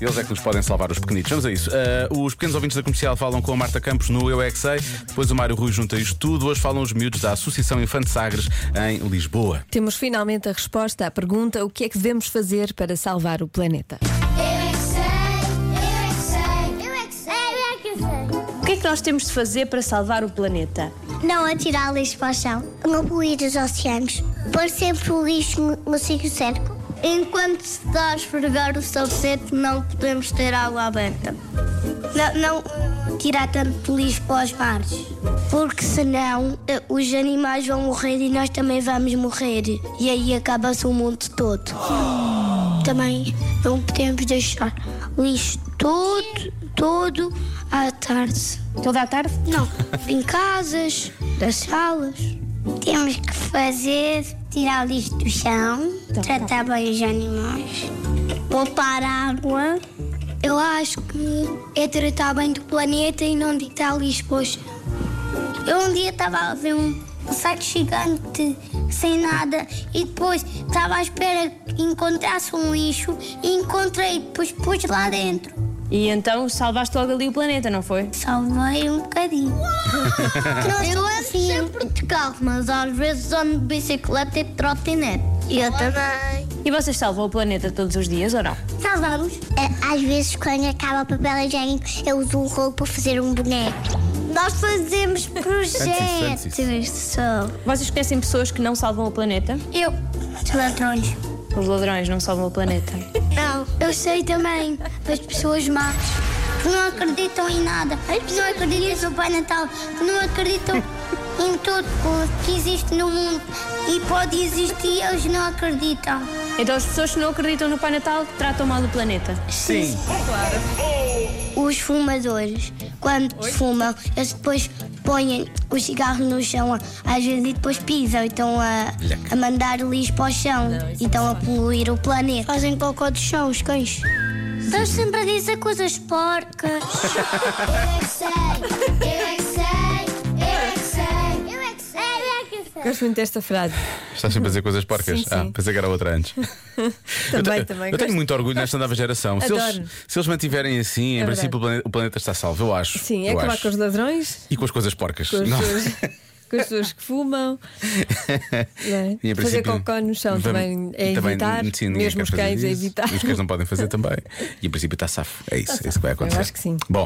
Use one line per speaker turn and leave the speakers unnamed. Eles é que nos podem salvar os pequenitos. Vamos a isso. Ah, os pequenos ouvintes da comercial falam com a Marta Campos no Eu é Que Sei. Depois o Mário Rui junta isto tudo. Hoje falam os miúdos da Associação Infante Sagres em Lisboa.
Temos finalmente a resposta à pergunta: o que é que devemos fazer para salvar o planeta?
O que é que nós temos de fazer para salvar o planeta?
Não atirar lixo para o chão, não poluir os oceanos, pôr sempre o lixo no, no sítio certo. Enquanto se está a esfregar o sabonete, não podemos ter água aberta. Não, não tirar tanto lixo para os mares, porque senão eh, os animais vão morrer e nós também vamos morrer. E aí acaba-se o mundo todo. Também não podemos deixar lixo todo, todo à tarde.
Toda a tarde?
Não, em casas, das salas. Temos que fazer, tirar o lixo do chão, tratar bem os animais, poupar água. Eu acho que é tratar bem do planeta e não deitar lixo para o chão. Eu um dia estava a ver um saco gigante sem nada e depois estava à espera que encontrasse um lixo e encontrei, depois pus lá dentro.
E então salvaste logo ali o planeta, não foi?
Salvei um bocadinho. assim. Eu ando sempre de carro, mas às vezes ando de bicicleta e de trotinete. Eu também.
E vocês salvam o planeta todos os dias ou não?
Salvamos. É, Às vezes, quando acaba o papel higiênico, eu uso um rolo para fazer um boneco. Nós fazemos
antes isso.
só.
Vocês conhecem pessoas que não salvam o planeta?
Eu. Os ladrões.
Os ladrões não salvam o planeta.
Não, eu sei também das pessoas más que não acreditam em nada, que não acreditam no Pai Natal, que não acreditam em tudo o que existe no mundo e pode existir, eles não acreditam.
Então as pessoas que não acreditam no Pai Natal tratam mal do planeta.
Sim.
Os fumadores, quando fumam, eles depois põem o cigarro no chão às vezes e depois pisam e estão a,
Leque.
a mandar o lixo para o chão e estão a poluir o planeta. Fazem cocô do chão, os cães. Estás sempre a dizer coisas porcas. eu é que sei, eu é que sei, eu é que sei, eu é que sei, eu é que sei.
Gosto muito desta frase.
Estás sempre a dizer coisas porcas?
Sim, sim.
Ah, pensei que era outra antes.
Também,
eu, te-
também.
Eu tenho
gosto.
muito orgulho nesta nova geração. Se
Adoro.
eles, se eles mantiverem assim, em
É
princípio o planeta, o planeta está salvo, eu acho.
Sim, é
eu
acabar
acho.
com os ladrões,
E com as coisas porcas.
com as,
Não.
pessoas, com as pessoas que fumam. não é?
E, em
Fazer
princípio,
cocó no chão também é
também,
evitar.
sim, ninguém
Mesmo
quer
os
fazer
cães é
isso.
evitar.
Os cães não podem fazer também. E em princípio está safo. É isso, é isso que vai
Eu
acontecer.
acho que sim.
Bom.